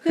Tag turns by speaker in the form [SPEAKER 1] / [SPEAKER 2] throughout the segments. [SPEAKER 1] 夫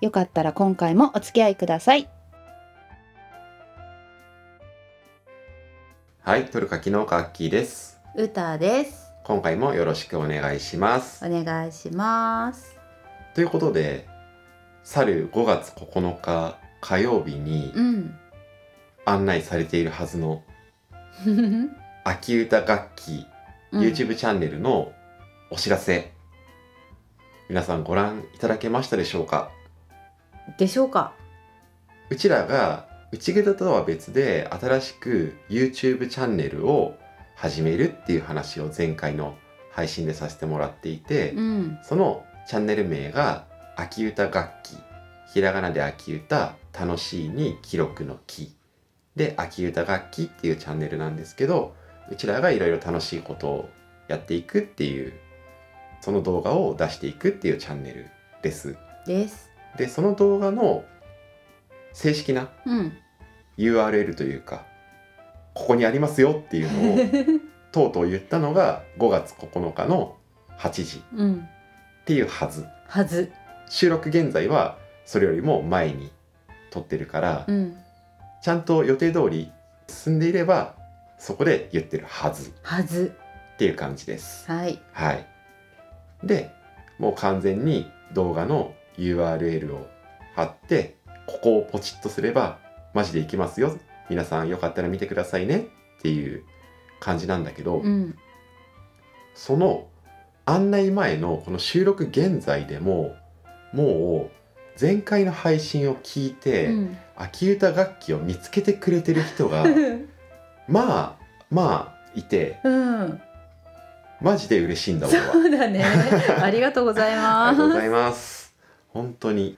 [SPEAKER 2] よかったら今回もお付き合いください
[SPEAKER 3] はいトルカキ農家アッキーです
[SPEAKER 2] 歌です
[SPEAKER 3] 今回もよろしくお願いします
[SPEAKER 2] お願いします
[SPEAKER 3] ということで去る5月9日火曜日に
[SPEAKER 2] うん
[SPEAKER 3] 案内されているはずの秋歌楽器
[SPEAKER 2] うん
[SPEAKER 3] YouTube チャンネルのお知らせ、皆さんご覧いただけましたでしょうか
[SPEAKER 2] でしょうか
[SPEAKER 3] うちらが内桁とは別で新しく YouTube チャンネルを始めるっていう話を前回の配信でさせてもらっていて、
[SPEAKER 2] うん
[SPEAKER 3] そのチャンネル名が秋歌楽器ひらがなで秋歌楽しいに記録の木で秋歌楽器っていうチャンネルなんですけどうちらがいろいろ楽しいことをやっていくっていうその動画を出していくっていうチャンネルです
[SPEAKER 2] です
[SPEAKER 3] でその動画の正式な
[SPEAKER 2] うん
[SPEAKER 3] URL というかここにありますよっていうのを とうとう言ったのが5月9日の8時っ
[SPEAKER 2] うん
[SPEAKER 3] ていうはず
[SPEAKER 2] はず
[SPEAKER 3] 収録現在はそれよりも前に撮ってるから、
[SPEAKER 2] うん
[SPEAKER 3] ちゃんと予定通り進んでいればそこで言ってるはずっ
[SPEAKER 2] はず
[SPEAKER 3] ていう感じです。
[SPEAKER 2] はい
[SPEAKER 3] はい、でもう完全に動画の URL を貼ってここをポチッとすればマジでいきますよ皆さんよかったら見てくださいねっていう感じなんだけど、
[SPEAKER 2] うん
[SPEAKER 3] その案内前のこの収録現在でももう前回の配信を聞いて、
[SPEAKER 2] うん
[SPEAKER 3] 秋歌楽器を見つけてくれてる人がまあまあいて
[SPEAKER 2] うん
[SPEAKER 3] マジで嬉しいんだ俺は。
[SPEAKER 2] そう だねありがとうございま
[SPEAKER 3] ありがとうござ
[SPEAKER 2] す
[SPEAKER 3] います。本当に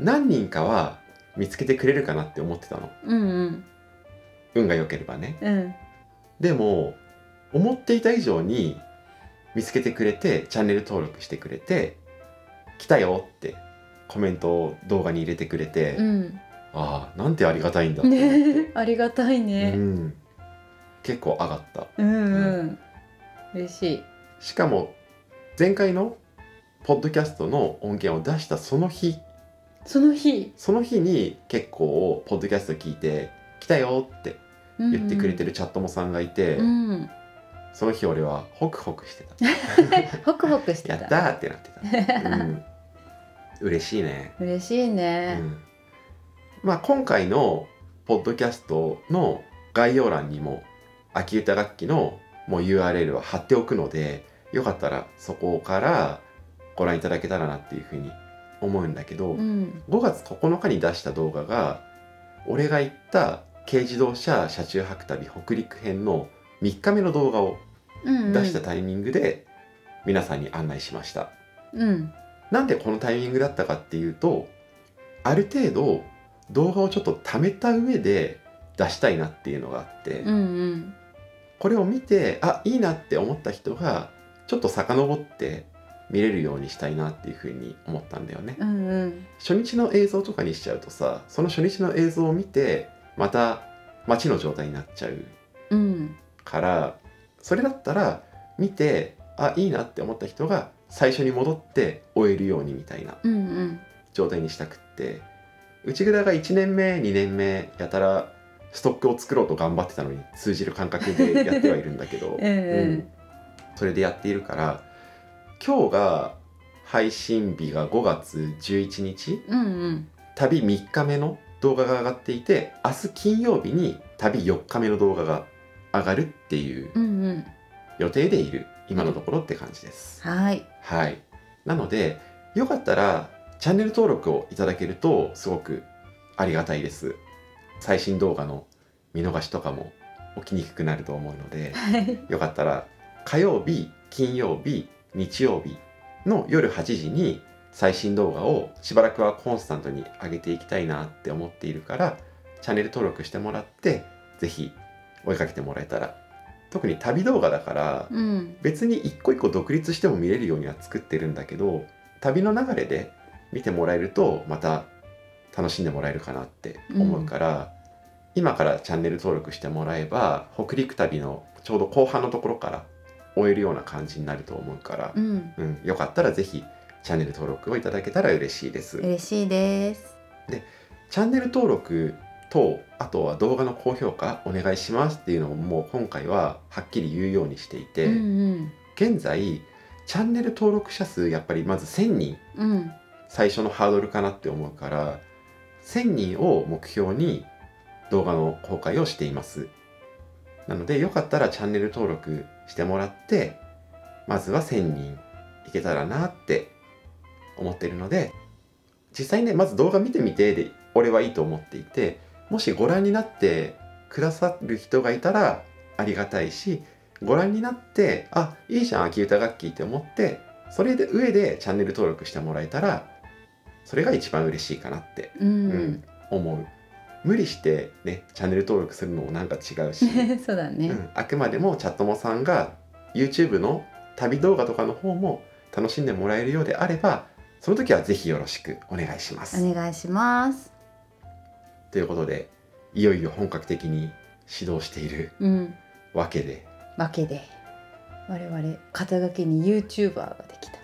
[SPEAKER 3] 何人かは見つけてくれるかなって思ってたの。
[SPEAKER 2] うんうん
[SPEAKER 3] 運が良ければね。
[SPEAKER 2] うん
[SPEAKER 3] でも思っていた以上に見つけてくれてチャンネル登録してくれて来たよってコメントを動画に入れてくれて、
[SPEAKER 2] うん
[SPEAKER 3] ああなんてありがたいんだって思って
[SPEAKER 2] ね ありがたいね、
[SPEAKER 3] うん、結構上がった。
[SPEAKER 2] うんうん嬉しい
[SPEAKER 3] しかも前回のポッドキャストの音源を出したその日
[SPEAKER 2] その日
[SPEAKER 3] その日に結構ポッドキャスト聞いて「来たよ」って言ってくれてるチャットモさんがいて、
[SPEAKER 2] うんうん、
[SPEAKER 3] その日俺はホクホクして た
[SPEAKER 2] ホクホクし
[SPEAKER 3] 「
[SPEAKER 2] て
[SPEAKER 3] や
[SPEAKER 2] た
[SPEAKER 3] ったー!」ってなってた、うん、嬉しいね、
[SPEAKER 2] 嬉しいうね、
[SPEAKER 3] ん、まあ今回のポッドキャストの概要欄にも秋歌楽器のもう URL は貼っておくのでよかったらそこからご覧いただけたらなっていうふうに思うんだけど、
[SPEAKER 2] うん
[SPEAKER 3] 5月9日に出した動画が俺が行った軽自動車車中泊旅北陸編の3日目の動画を
[SPEAKER 2] うんうん、
[SPEAKER 3] 出したタイミングで皆さんに案内しました、
[SPEAKER 2] うん
[SPEAKER 3] なんでこのタイミングだったかっていうとある程度動画をちょっと貯めた上で出したいなっていうのがあって、
[SPEAKER 2] うんうん
[SPEAKER 3] これを見てあいいなって思った人がちょっと遡って見れるようにしたいなっていうふうに思ったんだよね
[SPEAKER 2] うんうん
[SPEAKER 3] 初日の映像とかにしちゃうとさその初日の映像を見てまた街の状態になっちゃう
[SPEAKER 2] うん
[SPEAKER 3] からそれだったら見てあいいなって思った人が最初に戻って終えるようにみたいな
[SPEAKER 2] うんうん、
[SPEAKER 3] 状態にしたくって内蔵が1年目2年目やたらストックを作ろうと頑張ってたのに通じる感覚でやってはいるんだけ ど
[SPEAKER 2] え
[SPEAKER 3] うんそれでやっているから今日が配信日が5月11日、
[SPEAKER 2] うんうん
[SPEAKER 3] 旅3日目の動画が上がっていて明日金曜日に旅4日目の動画が上がるっていう
[SPEAKER 2] うんうん
[SPEAKER 3] 予定でいる今のところって感じです。
[SPEAKER 2] はい
[SPEAKER 3] はい、なのでよかったらチャンネル登録をいただけるとすごくありがたいです。最新動画の見逃しとかも起きにくくなると思うので
[SPEAKER 2] はい
[SPEAKER 3] よかったら火曜日金曜日日曜日の夜8時に最新動画をしばらくはコンスタントに上げていきたいなって思っているからチャンネル登録してもらってぜひ追いかけてもらえたら特に旅動画だから
[SPEAKER 2] うん
[SPEAKER 3] 別に一個一個独立しても見れるようには作ってるんだけど旅の流れで見てもらえるとまた楽しんでもらえるかなって思うから、今からチャンネル登録してもらえば北陸旅のちょうど後半のところから終えるような感じになると思うから
[SPEAKER 2] う、ん
[SPEAKER 3] うん、よかったらぜひチャンネル登録をいただけたら嬉しいです。
[SPEAKER 2] 嬉しいです
[SPEAKER 3] チャンネル登録とあとは動画の高評価お願いしますっていうのをもう今回ははっきり言うようにしていて、
[SPEAKER 2] うん
[SPEAKER 3] 現在チャンネル登録者数やっぱりまず1,000人
[SPEAKER 2] うんうん
[SPEAKER 3] 最初のハードルかなって思うから1,000人を目標に動画の公開をしていますなのでよかったらチャンネル登録してもらってまずは1,000人いけたらなって思っているので実際ねまず動画見てみてで俺はいいと思っていてもしご覧になってくださる人がいたらありがたいしご覧になってあいいじゃん秋歌楽器って思ってそれで上でチャンネル登録してもらえたらそれが一番嬉しいかなって、
[SPEAKER 2] う
[SPEAKER 3] うん
[SPEAKER 2] ん、
[SPEAKER 3] 思う無理してねチャンネル登録するのもなんか違うし、
[SPEAKER 2] そうだ
[SPEAKER 3] う
[SPEAKER 2] ね
[SPEAKER 3] ん、あくまでもチャットモさんが YouTube の旅動画とかの方も楽しんでもらえるようであればその時はぜひよろしくお願いします。
[SPEAKER 2] お願いします
[SPEAKER 3] ということでいよいよ本格的に指導している
[SPEAKER 2] うん
[SPEAKER 3] わけで
[SPEAKER 2] わけで我々肩書きに YouTuber ができた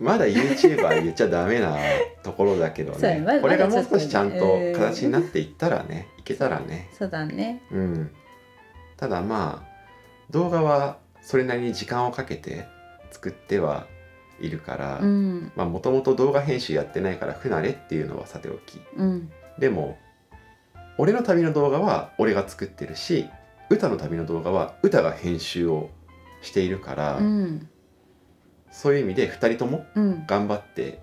[SPEAKER 3] まだ YouTuber 言っちゃダメなところだけど
[SPEAKER 2] そうや
[SPEAKER 3] ね、
[SPEAKER 2] まだ
[SPEAKER 3] これがも
[SPEAKER 2] ま
[SPEAKER 3] う
[SPEAKER 2] だちょっと
[SPEAKER 3] 少
[SPEAKER 2] ね
[SPEAKER 3] しちゃんと形になっていったらね、いけたらね
[SPEAKER 2] そうだね
[SPEAKER 3] うんただまあ動画はそれなりに時間をかけて作ってはいるから、
[SPEAKER 2] うん
[SPEAKER 3] まあもともと動画編集やってないから不慣れっていうのはさておき
[SPEAKER 2] うん
[SPEAKER 3] でも俺の旅の動画は俺が作ってるし歌の旅の動画は歌が編集をしているから、
[SPEAKER 2] うん
[SPEAKER 3] そういう意味で2人とも
[SPEAKER 2] うん
[SPEAKER 3] 頑張って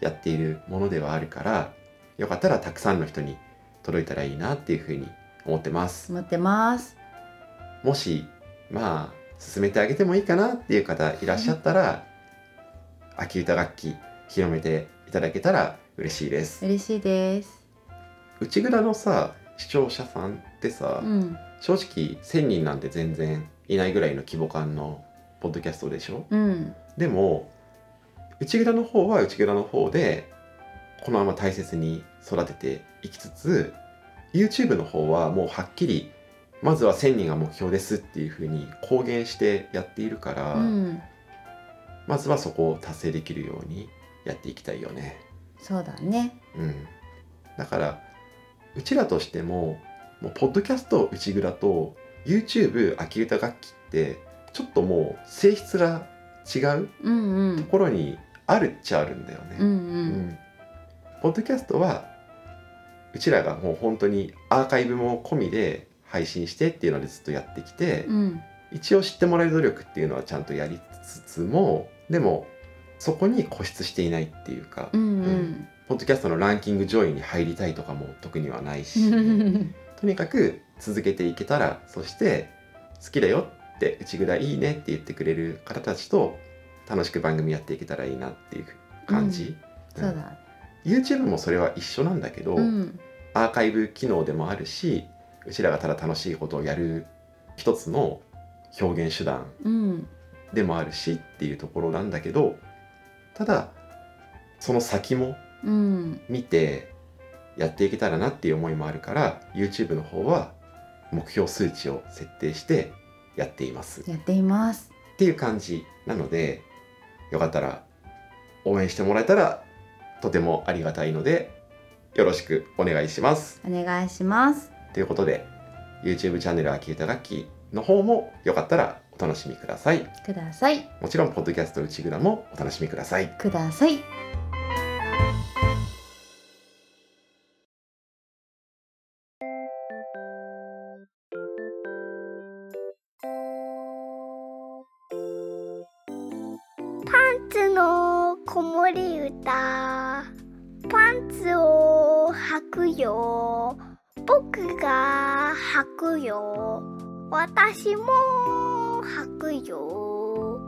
[SPEAKER 3] やっているものではあるからよかったらたくさんの人に届いたらいいなっていうふうに思ってます
[SPEAKER 2] 待ってます
[SPEAKER 3] もしまあ進めてあげてもいいかなっていう方いらっしゃったら秋歌楽器広めていただけたら嬉しいです
[SPEAKER 2] 嬉しいです
[SPEAKER 3] 内蔵のさ視聴者さんってさ、
[SPEAKER 2] うん
[SPEAKER 3] 正直1,000人なんて全然いないぐらいの規模感のポッドキャストでしょ
[SPEAKER 2] うん
[SPEAKER 3] でも内蔵の方は内蔵の方でこのまま大切に育てていきつつ YouTube の方はもうはっきりまずは1,000人が目標ですっていうふうに公言してやっているから、
[SPEAKER 2] うん
[SPEAKER 3] まずはそこを達成できるようにやっていきたいよね。
[SPEAKER 2] そうだね
[SPEAKER 3] うん、だからうちらとしてももうポッドキャスト内蔵と YouTube 秋歌楽器ってちょっともう性質が違う
[SPEAKER 2] うんう
[SPEAKER 3] と
[SPEAKER 2] ん
[SPEAKER 3] ころにあるっちゃあるんだよね。
[SPEAKER 2] うん
[SPEAKER 3] う
[SPEAKER 2] うん
[SPEAKER 3] んポッドキャストはうちらがもう本当にアーカイブも込みで配信してっていうのでずっとやってきて、
[SPEAKER 2] うん
[SPEAKER 3] 一応知ってもらえる努力っていうのはちゃんとやりつつもでもそこに固執していないっていうか、
[SPEAKER 2] うん
[SPEAKER 3] ポッドキャストのランキング上位に入りたいとかも特にはない し
[SPEAKER 2] うん
[SPEAKER 3] とにかく続けていけたらそして好きだよってうちぐらいいいねって言ってくれる方たちと楽しく番組やっていけたらいいなっていう感じ、
[SPEAKER 2] そうだ
[SPEAKER 3] YouTube もそれは一緒なんだけど、
[SPEAKER 2] うん
[SPEAKER 3] アーカイブ機能でもあるしうちらがただ楽しいことをやる一つの表現手段
[SPEAKER 2] うん
[SPEAKER 3] でもあるしっていうところなんだけどただその先も
[SPEAKER 2] うん
[SPEAKER 3] 見てやっていけたらなっていう思いもあるから YouTube の方は目標数値を設定してやっていますっ
[SPEAKER 2] やっています
[SPEAKER 3] ていう感じなのでよかったら応援してもらえたらとてもありがたいのでよろしくお願いします
[SPEAKER 2] お願いします
[SPEAKER 3] ということで YouTube チャンネル秋歌楽器の方もよかったらお楽しみください
[SPEAKER 2] ください
[SPEAKER 3] もちろんポッドキャスト内蔵もお楽しみください
[SPEAKER 2] ください
[SPEAKER 4] パンツの子守歌パンツを履くよ僕が履くよ私も履くよ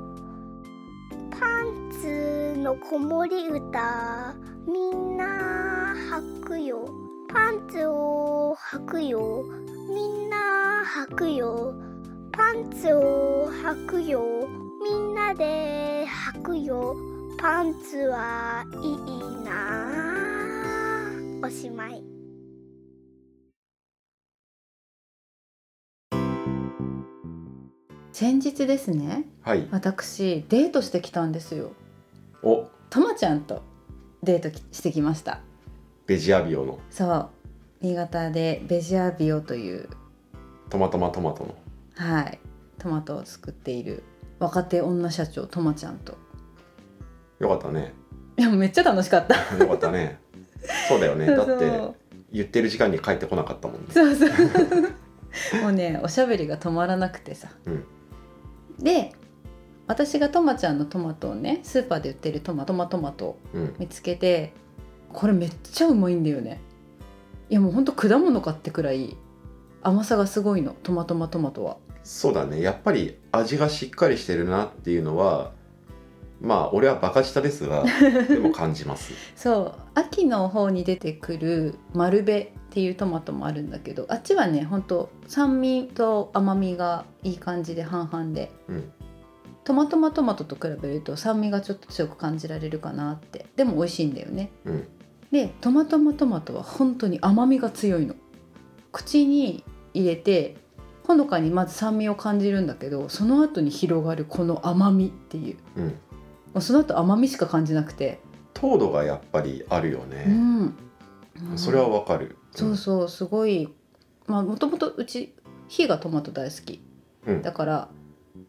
[SPEAKER 4] パンツの子守歌みんな履くよパンツを履くよみんな履くよパンツを履くよみんなで履くよパンツはいいなおしまい
[SPEAKER 2] 先日ですね
[SPEAKER 3] はい
[SPEAKER 2] 私デートしてきたんですよ
[SPEAKER 3] お
[SPEAKER 2] たまちゃんとデートきしてきました
[SPEAKER 3] ベジアビオの
[SPEAKER 2] そう新潟でベジアビオという
[SPEAKER 3] たまたまトマトの
[SPEAKER 2] はいトマトを作っている若手女社長とまちゃんと
[SPEAKER 3] よかったね
[SPEAKER 2] いやめっちゃ楽しかった
[SPEAKER 3] よかったねそうだよねだ
[SPEAKER 2] そう
[SPEAKER 3] って言ってる時間に帰ってこなかったもんね
[SPEAKER 2] そうそうもう ねおしゃべりが止まらなくてさ、
[SPEAKER 3] うん
[SPEAKER 2] で私がトマちゃんのトマトをねスーパーで売ってるトマトマトマトを
[SPEAKER 3] うん
[SPEAKER 2] 見つけてこれめっちゃうまいんだよねいやもうほんと果物かってくらい甘さがすごいのトマトマトマトは
[SPEAKER 3] そうだねやっぱり味がしっかりしてるなっていうのはまあ俺はバカ舌で すがでも感じます
[SPEAKER 2] そう秋の方に出てくる丸べっていうトマトもあるんだけどあっちはねほんと酸味と甘みがいい感じで半々で、
[SPEAKER 3] うん
[SPEAKER 2] トマトマトマトと比べると酸味がちょっと強く感じられるかなってでも美味しいんだよね、
[SPEAKER 3] うん
[SPEAKER 2] でトマトマトマトは本当に甘みが強いの口に入れてほのかにまず酸味を感じるんだけどその後に広がるこの甘みっていう、
[SPEAKER 3] うん
[SPEAKER 2] もうその後甘みしか感じなくて、
[SPEAKER 3] 糖度がやっぱりあるよ
[SPEAKER 2] う
[SPEAKER 3] ね、
[SPEAKER 2] ん、
[SPEAKER 3] それはわかる
[SPEAKER 2] そうそうすごいまあもともとうちひーがトマト大好き
[SPEAKER 3] うん
[SPEAKER 2] だから、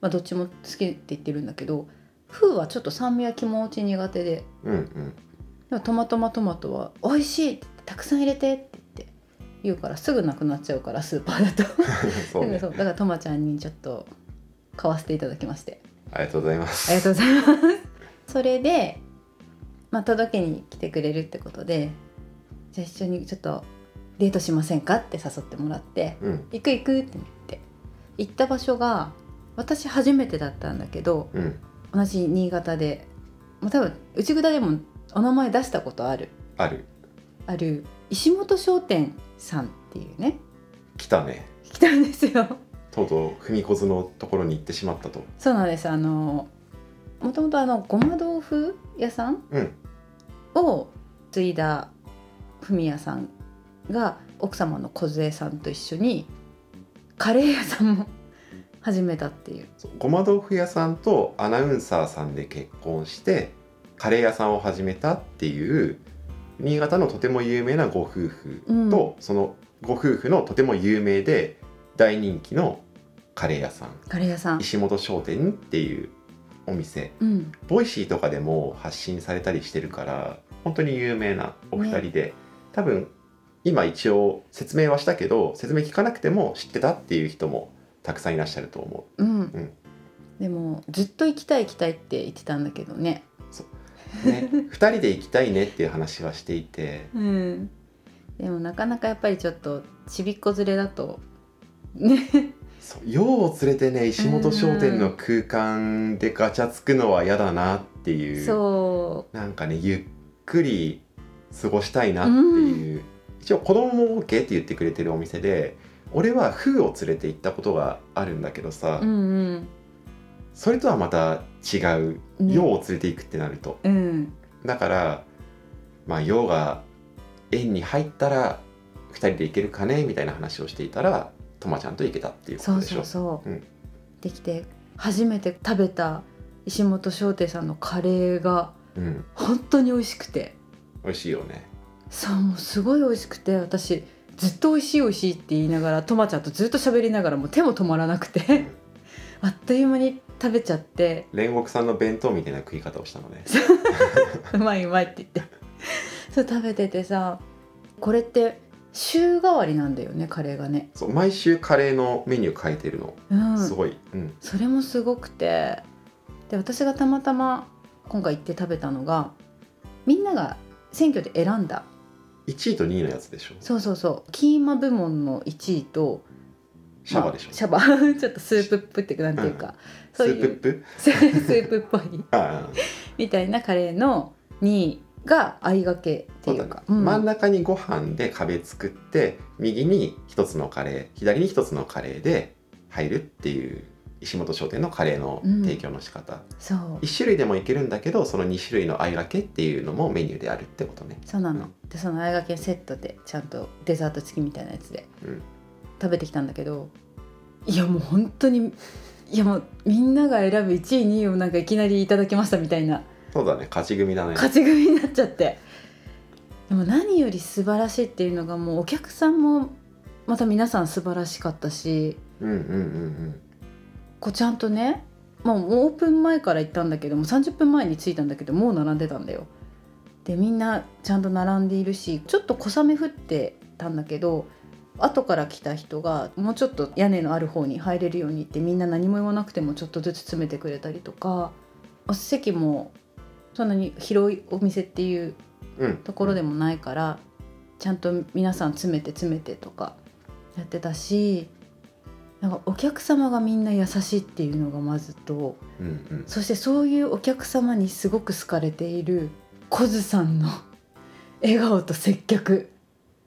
[SPEAKER 2] まあ、どっちも好きって言ってるんだけどふーはちょっと酸味は気持ち苦手で
[SPEAKER 3] うんうん
[SPEAKER 2] でもトマトマトマトは「美味しい!」って言ってたくさん入れてって言って言うからすぐなくなっちゃうからスーパーだと
[SPEAKER 3] そう ね
[SPEAKER 2] そうだからトマちゃんにちょっと買わせていただきまして
[SPEAKER 3] ありがとうございます
[SPEAKER 2] ありがとうございます。それで、まあ、届けに来てくれるってことで、じゃあ一緒にちょっとデートしませんかって誘ってもらって、
[SPEAKER 3] うん
[SPEAKER 2] 行く行くって言って、行った場所が、私初めてだったんだけど、
[SPEAKER 3] うん
[SPEAKER 2] 同じ新潟で、もう多分、内蔵でもお名前出したことある、
[SPEAKER 3] ある
[SPEAKER 2] ある、石本商店さんっていうね、
[SPEAKER 3] 来たね
[SPEAKER 2] 来たんですよ。
[SPEAKER 3] とうとう文子図のところに行ってしまったと
[SPEAKER 2] そうなんです。あのもともとあのごま豆腐屋さん、
[SPEAKER 3] うん
[SPEAKER 2] を継いだ文也さんが奥様の梢さんと一緒にカレー屋さんも始めたっていう。
[SPEAKER 3] そうごま豆腐屋さんとアナウンサーさんで結婚してカレー屋さんを始めたっていう新潟のとても有名なご夫婦
[SPEAKER 2] うん
[SPEAKER 3] と、そのご夫婦のとても有名で大人気のカレー屋さん
[SPEAKER 2] カレー屋さん。
[SPEAKER 3] 石本商店っていうお店
[SPEAKER 2] うん。
[SPEAKER 3] ボイシーとかでも発信されたりしてるから本当に有名なお二人で、多分今一応説明はしたけど説明聞かなくても知ってたっていう人もたくさんいらっしゃると思
[SPEAKER 2] うん。
[SPEAKER 3] ん
[SPEAKER 2] でもずっと行きたい行きたいって言ってたんだけどね。
[SPEAKER 3] う。ね、二人で行きたいねっていう話はしていて
[SPEAKER 2] うん。でもなかなかやっぱりちょっとちびっこ連れだとね。
[SPEAKER 3] そうよう連れてね石本商店の空間でガチャつくのは嫌だなっていう
[SPEAKER 2] そ
[SPEAKER 3] なんかねゆっくり過ごしたいなっていう、一応子供も OK って言ってくれてるお店で俺はフーを連れて行ったことがあるんだけどさ、
[SPEAKER 2] う。うん
[SPEAKER 3] それとはまた違う
[SPEAKER 2] うん。ね
[SPEAKER 3] 用を連れて行くってなると、
[SPEAKER 2] うん。
[SPEAKER 3] だからまあ用が園に入ったら2人で行けるかねみたいな話をしていたらとまちゃんと行けたっていうこ
[SPEAKER 2] そ
[SPEAKER 3] と
[SPEAKER 2] う
[SPEAKER 3] でし
[SPEAKER 2] そ
[SPEAKER 3] ょ
[SPEAKER 2] うそう、
[SPEAKER 3] うん
[SPEAKER 2] できて初めて食べた石本商店さんのカレーが
[SPEAKER 3] うん
[SPEAKER 2] 本当に美味しくて
[SPEAKER 3] 美味しいよね
[SPEAKER 2] そうもうすごい美味しくて私ずっと美味しい美味しいって言いながらトマちゃんとずっと喋りながらもう手も止まらなくて あっという間に食べちゃって
[SPEAKER 3] 煉獄さんの弁当みたいな食い方をしたのね
[SPEAKER 2] う まいうまいって言ってそう食べててさこれって週替わりなんだよねカレーがね、
[SPEAKER 3] そう毎週カレーのメニュー変えてるの、
[SPEAKER 2] うん、
[SPEAKER 3] すごい、うん、
[SPEAKER 2] それもすごくてで私がたまたま今回行って食べたのがみんなが選挙で選んだ
[SPEAKER 3] 1位と2位のやつでしょ
[SPEAKER 2] そうそうそうキーマ部門の1位と
[SPEAKER 3] シャバでしょ、
[SPEAKER 2] シャバ ちょっとスープっぽいっていうかなんていうか、そうい
[SPEAKER 3] スープッ
[SPEAKER 2] う
[SPEAKER 3] プ
[SPEAKER 2] スープっぽい
[SPEAKER 3] ああ
[SPEAKER 2] みたいなカレーの2位が相掛けって
[SPEAKER 3] そう
[SPEAKER 2] い
[SPEAKER 3] だ
[SPEAKER 2] う
[SPEAKER 3] ね
[SPEAKER 2] かうん
[SPEAKER 3] 真ん中にご飯で壁作って右に一つのカレー左に一つのカレーで入るっていう石本商店のカレーの提供の仕方、
[SPEAKER 2] そう
[SPEAKER 3] 一1種類でもいけるんだけどその2種類のあいがけっていうのもメニューであるってことね
[SPEAKER 2] そうなの、
[SPEAKER 3] うん
[SPEAKER 2] でその綾掛けセットでちゃんとデザート付きみたいなやつで
[SPEAKER 3] うん
[SPEAKER 2] 食べてきたんだけどいやもう本当にいやもうみんなが選ぶ1位2位をなんかいきなりいただきましたみたいな
[SPEAKER 3] そうだね勝ち組だね
[SPEAKER 2] 勝ち組になっちゃってでも何より素晴らしいっていうのがもうお客さんもまた皆さん素晴らしかったし
[SPEAKER 3] うんうんうん
[SPEAKER 2] こうちゃんとねもうオープン前から行ったんだけども30分前に着いたんだけどもう並んでたんだよでみんなちゃんと並んでいるしちょっと小雨降ってたんだけど後から来た人がもうちょっと屋根のある方に入れるようにってみんな何も言わなくてもちょっとずつ詰めてくれたりとかお席もそんなに広いお店っていう
[SPEAKER 3] うんうん
[SPEAKER 2] ところでもないから、ちゃんと皆さん詰めて詰めてとかやってたしなんかお客様がみんな優しいっていうのがまずと
[SPEAKER 3] うんうん
[SPEAKER 2] そしてそういうお客様にすごく好かれているコズさんの笑顔と接客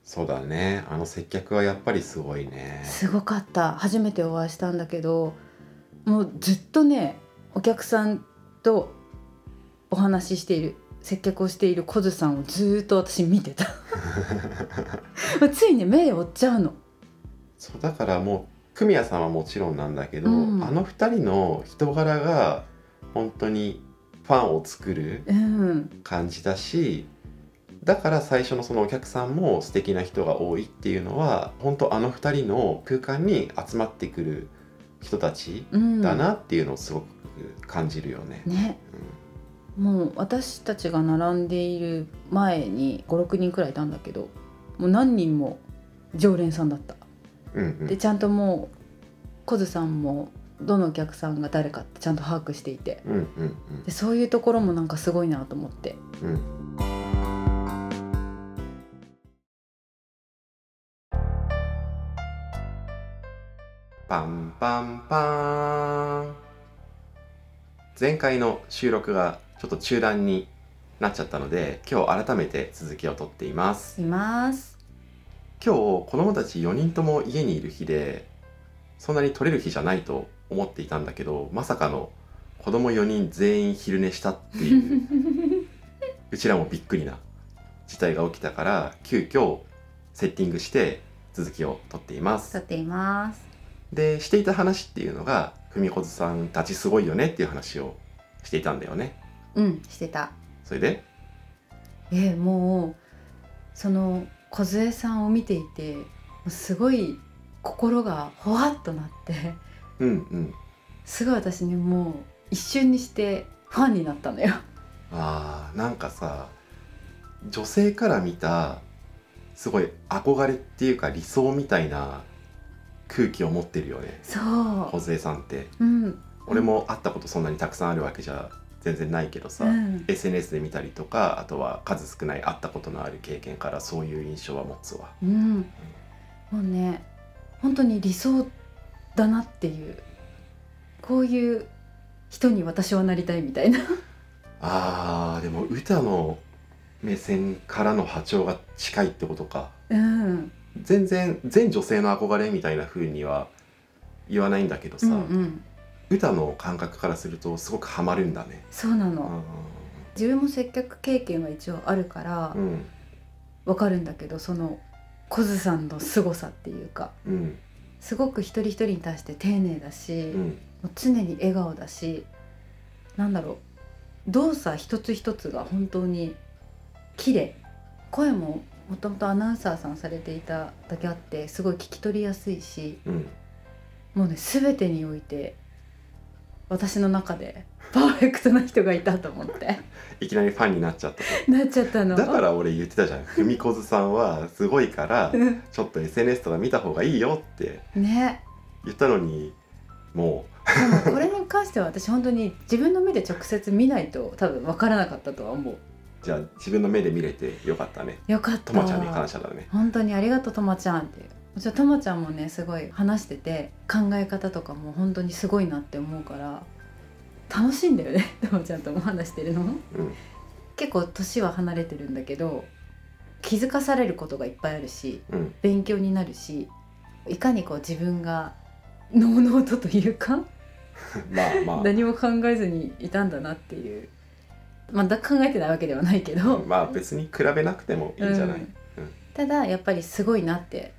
[SPEAKER 3] そうだねあの接客はやっぱりすごいね
[SPEAKER 2] すごかった初めてお会いしたんだけどもうずっとねお客さんとお話ししている接客をしているコズさんをずーっと私見 てたついに目を追っちゃうの
[SPEAKER 3] そうだからもう久美谷さんはもちろんなんだけど、
[SPEAKER 2] うん
[SPEAKER 3] あの2人の人柄が本当にファンを作る
[SPEAKER 2] うん
[SPEAKER 3] 感じだしだから最初のそのお客さんも素敵な人が多いっていうのは本当あの2人の空間に集まってくる人たち
[SPEAKER 2] うん
[SPEAKER 3] だなっていうのをすごく感じるよね。
[SPEAKER 2] ねもう私たちが並んでいる前に56人くらいいたんだけどもう何人も常連さんだった
[SPEAKER 3] うんう
[SPEAKER 2] で
[SPEAKER 3] ん
[SPEAKER 2] ちゃんともうコズさんもどのお客さんが誰かってちゃんと把握していて
[SPEAKER 3] うんうん
[SPEAKER 2] でそういうところもなんかすごいなと思って
[SPEAKER 3] うんうんパンパンパーン前回の収録がちょっと中断になっちゃったので今日改めて続きを撮っています
[SPEAKER 2] います
[SPEAKER 3] 今日子供たち4人とも家にいる日でそんなに撮れる日じゃないと思っていたんだけどまさかの子供4人全員昼寝したっていううちらもびっくりな事態が起きたから急遽セッティングして続きを撮っています
[SPEAKER 2] っています
[SPEAKER 3] でしていた話っていうのが文子さんたちすごいよねっていう話をしていたんだよね
[SPEAKER 2] うんしてた
[SPEAKER 3] それで
[SPEAKER 2] えもうその梢さんを見ていてもうすごい心がほわっとなって
[SPEAKER 3] うんうん
[SPEAKER 2] すごい私にもう一瞬にしてファンになったのよ。
[SPEAKER 3] あーなんかさ女性から見たすごい憧れっていうか理想みたいな空気を持ってるよね
[SPEAKER 2] そ
[SPEAKER 3] 梢さんって
[SPEAKER 2] う、うん、
[SPEAKER 3] 俺も会ったことそんなにたくさんあるわけじゃ全然ないけどさ、
[SPEAKER 2] うん、
[SPEAKER 3] SNS で見たりとかあとは数少ない会ったことのある経験からそういう印象は持つわ
[SPEAKER 2] うん、もうね本当に理想だなっていうこういう人に私はなりたいみたい な
[SPEAKER 3] あーでも歌の目線からの波長が近いってことか
[SPEAKER 2] うん
[SPEAKER 3] 全然全女性の憧れみたいな風には言わないんだけどさ、
[SPEAKER 2] うんうん
[SPEAKER 3] 歌の感覚からするとすごくハマるんだね。
[SPEAKER 2] そうな
[SPEAKER 3] う
[SPEAKER 2] の
[SPEAKER 3] ん
[SPEAKER 2] 自分も接客経験は一応あるから
[SPEAKER 3] うん
[SPEAKER 2] わかるんだけどそのコズさんの凄さっていうか
[SPEAKER 3] うん
[SPEAKER 2] すごく一人一人に対して丁寧だし、
[SPEAKER 3] うん
[SPEAKER 2] もう常に笑顔だしなんだろう動作一つ一つが本当に綺麗声ももともとアナウンサーさんされていただけあってすごい聞き取りやすいし
[SPEAKER 3] うん
[SPEAKER 2] もうね全てにおいて私の中でパーフェクトな人がいたと思って
[SPEAKER 3] いきなりファンになっちゃったと
[SPEAKER 2] なっちゃったの。
[SPEAKER 3] だから俺言ってたじ ゃん「ふみこずさんはすごいから
[SPEAKER 2] うん
[SPEAKER 3] ちょっと SNS とか見た方がいいよ」って
[SPEAKER 2] ね
[SPEAKER 3] 言ったのにも
[SPEAKER 2] でもこれに関しては私本当に自分の目で直接見ないと多分分からなかったとは思う。
[SPEAKER 3] うじゃあ自分の目で見れてよかったね
[SPEAKER 2] よかった
[SPEAKER 3] ともちゃんに感謝だね。
[SPEAKER 2] 本当にありがとうとまちゃんっていうじゃあともちゃんもねすごい話してて考え方とかも本当にすごいなって思うから楽しいんだよね ともちゃんとも話してるのも、
[SPEAKER 3] うん
[SPEAKER 2] 結構年は離れてるんだけど気づかされることがいっぱいあるし
[SPEAKER 3] うん
[SPEAKER 2] 勉強になるしいかにこう自分が能の音というか
[SPEAKER 3] まあまあ
[SPEAKER 2] 何も考えずにいたんだなっていうまだ考えてないわけではないけど、
[SPEAKER 3] まあ別に比べなくてもいいんじゃない、
[SPEAKER 2] うん
[SPEAKER 3] うん
[SPEAKER 2] ただやっぱりすごいなって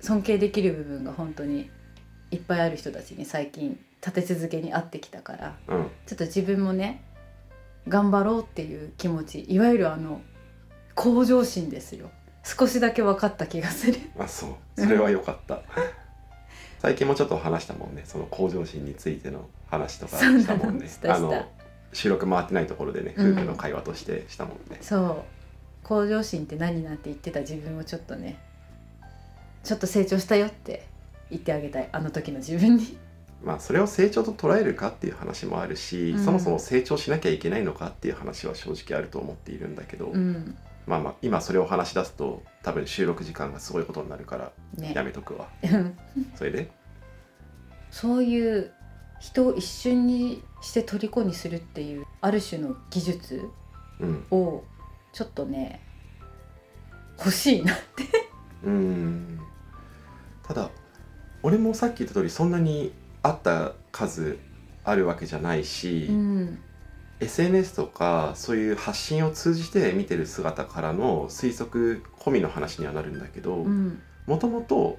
[SPEAKER 2] 尊敬できる部分が本当にいっぱいある人たちに最近立て続けに会ってきたから
[SPEAKER 3] うん
[SPEAKER 2] ちょっと自分もね頑張ろうっていう気持ちいわゆるあの向上心ですよ少しだけ分かった気がする
[SPEAKER 3] あそうそれは良かった最近もちょっと話したもんねその向上心についての話とか
[SPEAKER 2] そうなの
[SPEAKER 3] したもんね
[SPEAKER 2] したした
[SPEAKER 3] あの収録回ってないところでね
[SPEAKER 2] うん
[SPEAKER 3] 夫婦の会話としてしたもんね、
[SPEAKER 2] そう向上心って何なんて言ってた自分をちょっとねちょっと成長したよって言ってあげたいあの時の自分に
[SPEAKER 3] まあそれを成長と捉えるかっていう話もあるし、
[SPEAKER 2] うん
[SPEAKER 3] そもそも成長しなきゃいけないのかっていう話は正直あると思っているんだけど、
[SPEAKER 2] うん
[SPEAKER 3] まあまあ今それを話し出すと多分収録時間がすごいことになるから
[SPEAKER 2] ね
[SPEAKER 3] やめとくわ、
[SPEAKER 2] うん
[SPEAKER 3] それで
[SPEAKER 2] そういう人を一瞬にして虜にするっていうある種の技術
[SPEAKER 3] うん
[SPEAKER 2] をちょっとね欲しいな
[SPEAKER 3] うんただ俺もさっき言った通りそんなにあった数あるわけじゃないし、
[SPEAKER 2] ん
[SPEAKER 3] SNS とかそういう発信を通じて見てる姿からの推測込みの話にはなるんだけど
[SPEAKER 2] うん
[SPEAKER 3] もともと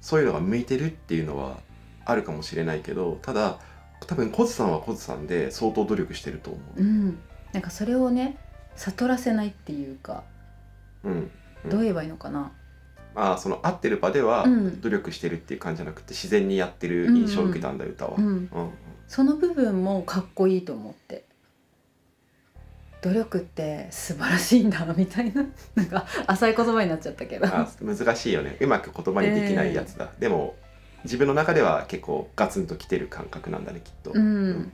[SPEAKER 3] そういうのが向いてるっていうのはあるかもしれないけどただ多分コズさんはコズさんで相当努力してると思
[SPEAKER 2] うんなんかそれをね悟らせないっていうか
[SPEAKER 3] う。うん、
[SPEAKER 2] どう言えばいいのかな
[SPEAKER 3] まあその合ってる場では
[SPEAKER 2] うん
[SPEAKER 3] 努力してるっていう感じじゃなくて自然にやってる印象を受けたんだ、歌は。
[SPEAKER 2] うん
[SPEAKER 3] うん
[SPEAKER 2] その部分もかっこいいと思って努力って素晴らしいんだみたいな なんか浅い言葉になっちゃったけど
[SPEAKER 3] あ難しいよねうまく言葉にできないやつだ、でも自分の中では結構ガツンときてる感覚なんだねきっと、
[SPEAKER 2] う
[SPEAKER 3] うん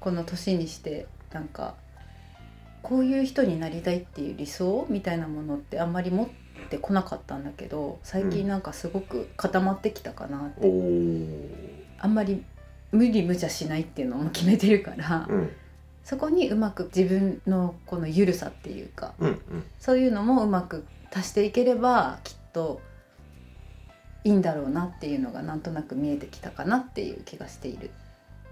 [SPEAKER 2] この年にしてなんかこういう人になりたいっていう理想みたいなものってあんまり持ってこなかったんだけど最
[SPEAKER 3] う
[SPEAKER 2] 近
[SPEAKER 3] ん
[SPEAKER 2] なんかすごく固まってきたかなって、
[SPEAKER 3] おー
[SPEAKER 2] あんまり無理無茶しないっていうのも決めてるから、
[SPEAKER 3] うん
[SPEAKER 2] そこにうまく自分のこの緩さっていうか
[SPEAKER 3] うん
[SPEAKER 2] そういうのもうまく足していければきっといいんだろうなっていうのがなんとなく見えてきたかなっていう気がしている。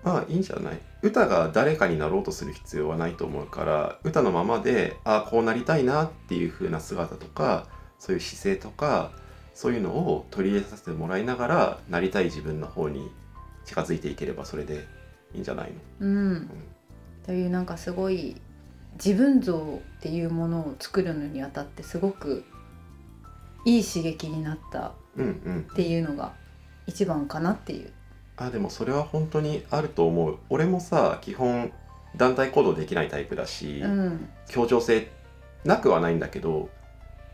[SPEAKER 3] まあいいんじゃない歌が誰かになろうとする必要はないと思うから歌のままでああこうなりたいなっていう風な姿とかそういう姿勢とかそういうのを取り入れさせてもらいながらなりたい自分の方に近づいていければそれでいいんじゃないの、
[SPEAKER 2] うん、というなんかすごい自分像っていうものを作るのにあたってすごくいい刺激になった
[SPEAKER 3] うん、うんうん
[SPEAKER 2] っていうのが一番かなっていう。
[SPEAKER 3] あでもそれは本当にあると思う俺もさ基本団体行動できないタイプだし、
[SPEAKER 2] うん、
[SPEAKER 3] 協調性なくはないんだけど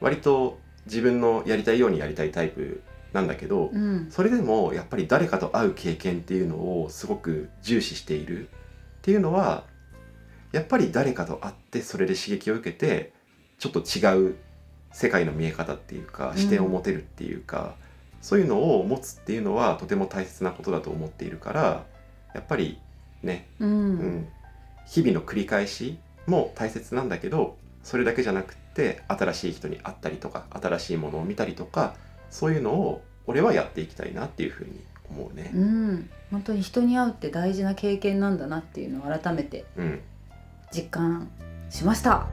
[SPEAKER 3] 割と自分のやりたいようにやりたいタイプなんだけど、
[SPEAKER 2] うん、
[SPEAKER 3] それでもやっぱり誰かと会う経験っていうのをすごく重視しているっていうのはやっぱり誰かと会ってそれで刺激を受けてちょっと違う世界の見え方っていうか
[SPEAKER 2] うん
[SPEAKER 3] 視点を持てるっていうか、そういうのを持つっていうのはとても大切なことだと思っているからやっぱりね、
[SPEAKER 2] う
[SPEAKER 3] うん
[SPEAKER 2] ん、
[SPEAKER 3] 日々の繰り返しも大切なんだけどそれだけじゃなくって新しい人に会ったりとか新しいものを見たりとかそういうのを俺はやっていきたいなっていうふうに思うね。
[SPEAKER 2] うん、本当に人に会うって大事な経験なんだなっていうのを改めて
[SPEAKER 3] うん、
[SPEAKER 2] 実感しました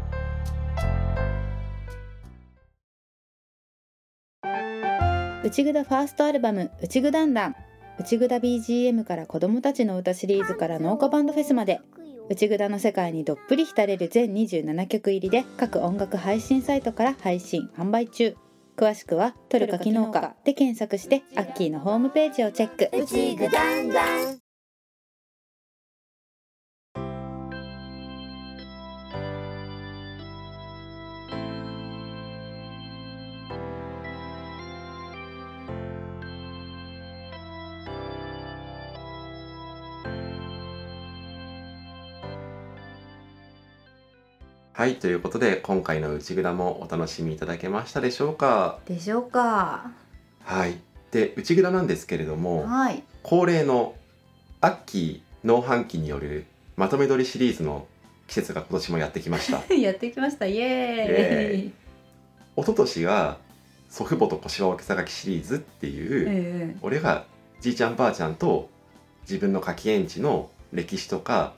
[SPEAKER 1] 内ぐだファーストアルバム「内ぐだんだん」内ぐだ BGM から子どもたちの歌シリーズから農家バンドフェスまで内ぐだの世界にどっぷり浸れる全27曲入りで各音楽配信サイトから配信販売中詳しくは「トルカ機能か」で検索してアッキーのホームページをチェック
[SPEAKER 4] うちぐだんだん
[SPEAKER 3] はいということで今回の「内蔵」もお楽しみいただけましたでしょうか
[SPEAKER 2] でしょうか
[SPEAKER 3] はい。で、内蔵なんですけれども、
[SPEAKER 2] はい
[SPEAKER 3] 恒例の秋農繁期によるまとめ撮りシリーズの季節が今年もやってきま した
[SPEAKER 2] やってきましたイエーイ
[SPEAKER 3] イ一昨年が祖父母と腰は大きさがきシリーズっていう、
[SPEAKER 2] え
[SPEAKER 3] 俺がじいちゃんばあちゃんと自分の柿園地の歴史とか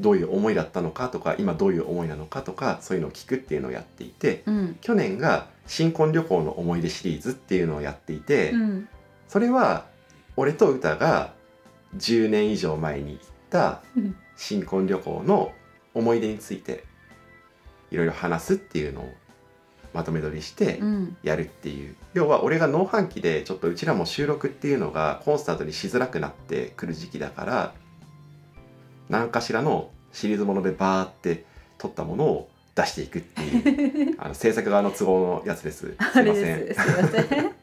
[SPEAKER 3] どういう思いだったのかとか今どういう思いなのかとかそういうのを聞くっていうのをやっていて
[SPEAKER 2] えうん
[SPEAKER 3] 去年が新婚旅行の思い出シリーズっていうのをやっていて、
[SPEAKER 2] うん
[SPEAKER 3] それは俺と歌が10年以上前に行った
[SPEAKER 2] うん
[SPEAKER 3] 新婚旅行の思い出についていろいろ話すっていうのをまとめ撮りして
[SPEAKER 2] うん
[SPEAKER 3] やるっていう、要は俺が農繁期でちょっとうちらも収録っていうのがコンスタントにしづらくなってくる時期だから何かしらのシリーズものでバーって撮ったものを出していくって いうあの制作側の都合のやつですす
[SPEAKER 2] あ
[SPEAKER 3] いま
[SPEAKER 2] れ
[SPEAKER 3] せんよ
[SPEAKER 2] ですすいません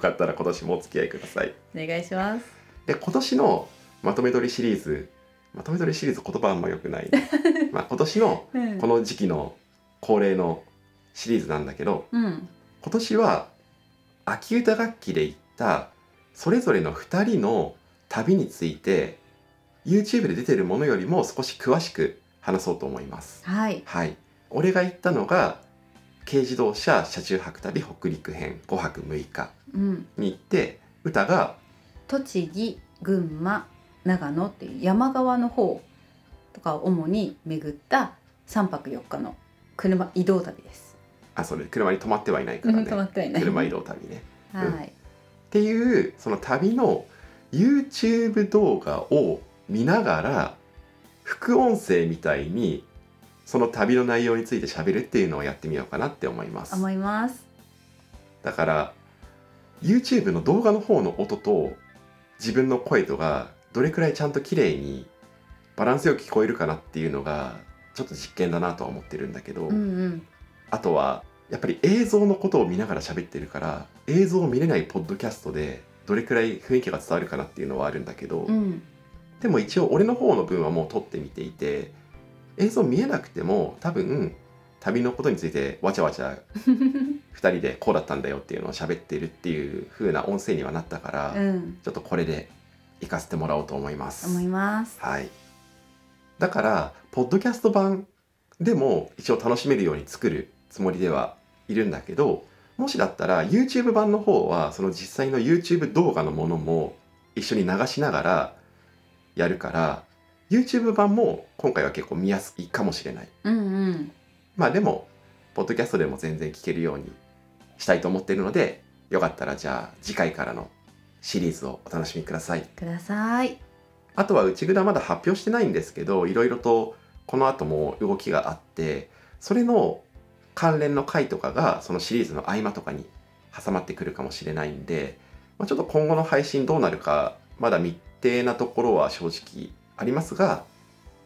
[SPEAKER 3] かったら今年もお付き合いください
[SPEAKER 2] お願いします
[SPEAKER 3] で今年のまとめ撮りシリーズまとめ撮りシリーズ言葉あんま良 くない、まあ今年の
[SPEAKER 2] うん
[SPEAKER 3] この時期の恒例のシリーズなんだけど
[SPEAKER 2] うん
[SPEAKER 3] 今年は秋歌楽器で行ったそれぞれの2人の旅について YouTube で出てるものよりも少し詳しく話そうと思います
[SPEAKER 2] はい
[SPEAKER 3] はい俺が行ったのが軽自動車車中泊旅北陸編5泊6日
[SPEAKER 2] うん
[SPEAKER 3] に行って歌が
[SPEAKER 2] 栃木群馬長野っていう山側の方とかを主に巡った3泊4日の車移動旅です。
[SPEAKER 3] あそれ車に止まってはいないか
[SPEAKER 2] う
[SPEAKER 3] ら
[SPEAKER 2] ん
[SPEAKER 3] ね
[SPEAKER 2] 止まってはいない。
[SPEAKER 3] 車移動旅ね。
[SPEAKER 2] はい。
[SPEAKER 3] っていうその旅の YouTube 動画を見ながら副音声みたいにその旅の内容について喋るっていうのをやってみようかなって思います。
[SPEAKER 2] 思います。
[SPEAKER 3] だから YouTube の動画の方の音と自分の声とがどれくらいちゃんと綺麗にバランスよく聞こえるかなっていうのがちょっと実験だなとは思ってるんだけど、
[SPEAKER 2] うんうん。
[SPEAKER 3] あとはやっぱり映像のことを見ながら喋ってるから映像を見れないポッドキャストでどれくらい雰囲気が伝わるかなっていうのはあるんだけど、
[SPEAKER 2] うん。
[SPEAKER 3] でも一応俺の方の分はもう撮ってみていて映像見えなくても多分旅のことについてわちゃわち ゃ2人でこうだったんだよっていうのを喋ってるっていう風な音声にはなったから、
[SPEAKER 2] うん。
[SPEAKER 3] ちょっとこれで行かせてもらおうと思います。
[SPEAKER 2] 思います。
[SPEAKER 3] はい。だから、ポッドキャスト版でも一応楽しめるように作るつもりではいるんだけど、もしだったら YouTube 版の方は、その実際の YouTube 動画のものも一緒に流しながらやるから、YouTube 版も今回は結構見やすいかもしれない。
[SPEAKER 2] うんうん。
[SPEAKER 3] まあでも、ポッドキャストでも全然聞けるようにしたいと思っているので、よかったらじゃあ次回からのシリーズをお楽しみください。
[SPEAKER 2] ください。
[SPEAKER 3] あとは内蔵まだ発表してないんですけどいろいろとこの後も動きがあってそれの関連の回とかがそのシリーズの合間とかに挟まってくるかもしれないんで、まあ、ちょっと今後の配信どうなるかまだ未定なところは正直ありますが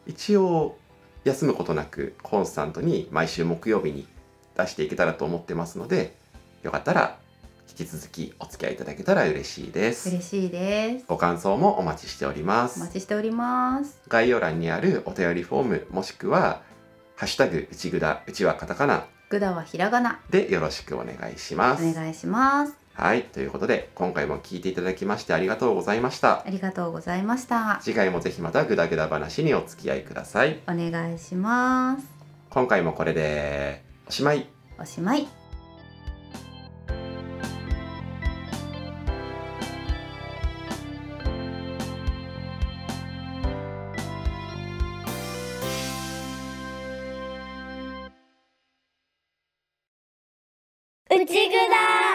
[SPEAKER 3] 一応休むことなくコンスタントに毎週木曜日に出していけたらと思ってますのでよかったら引き続きお付き合いいただけたら嬉しいです。
[SPEAKER 2] 嬉しいです。
[SPEAKER 3] ご感想もお待ちしております。
[SPEAKER 2] お待ちしております。
[SPEAKER 3] 概要欄にあるお便りフォームもしくは「ハッシュタグうちぐだうちはカタカナ
[SPEAKER 2] グダはひらがな。」
[SPEAKER 3] でよろしくお願いしま
[SPEAKER 2] お
[SPEAKER 3] す。
[SPEAKER 2] 願いします。
[SPEAKER 3] はいということで今回も聞いていただきましてありがとうございました。
[SPEAKER 2] ありがとうございました。
[SPEAKER 3] 次回もぜひまたぐだぐだ話にお付き合いください。
[SPEAKER 2] お願いします。
[SPEAKER 3] 今回もこれでおしまい。
[SPEAKER 2] おしまい。
[SPEAKER 4] うちぐだ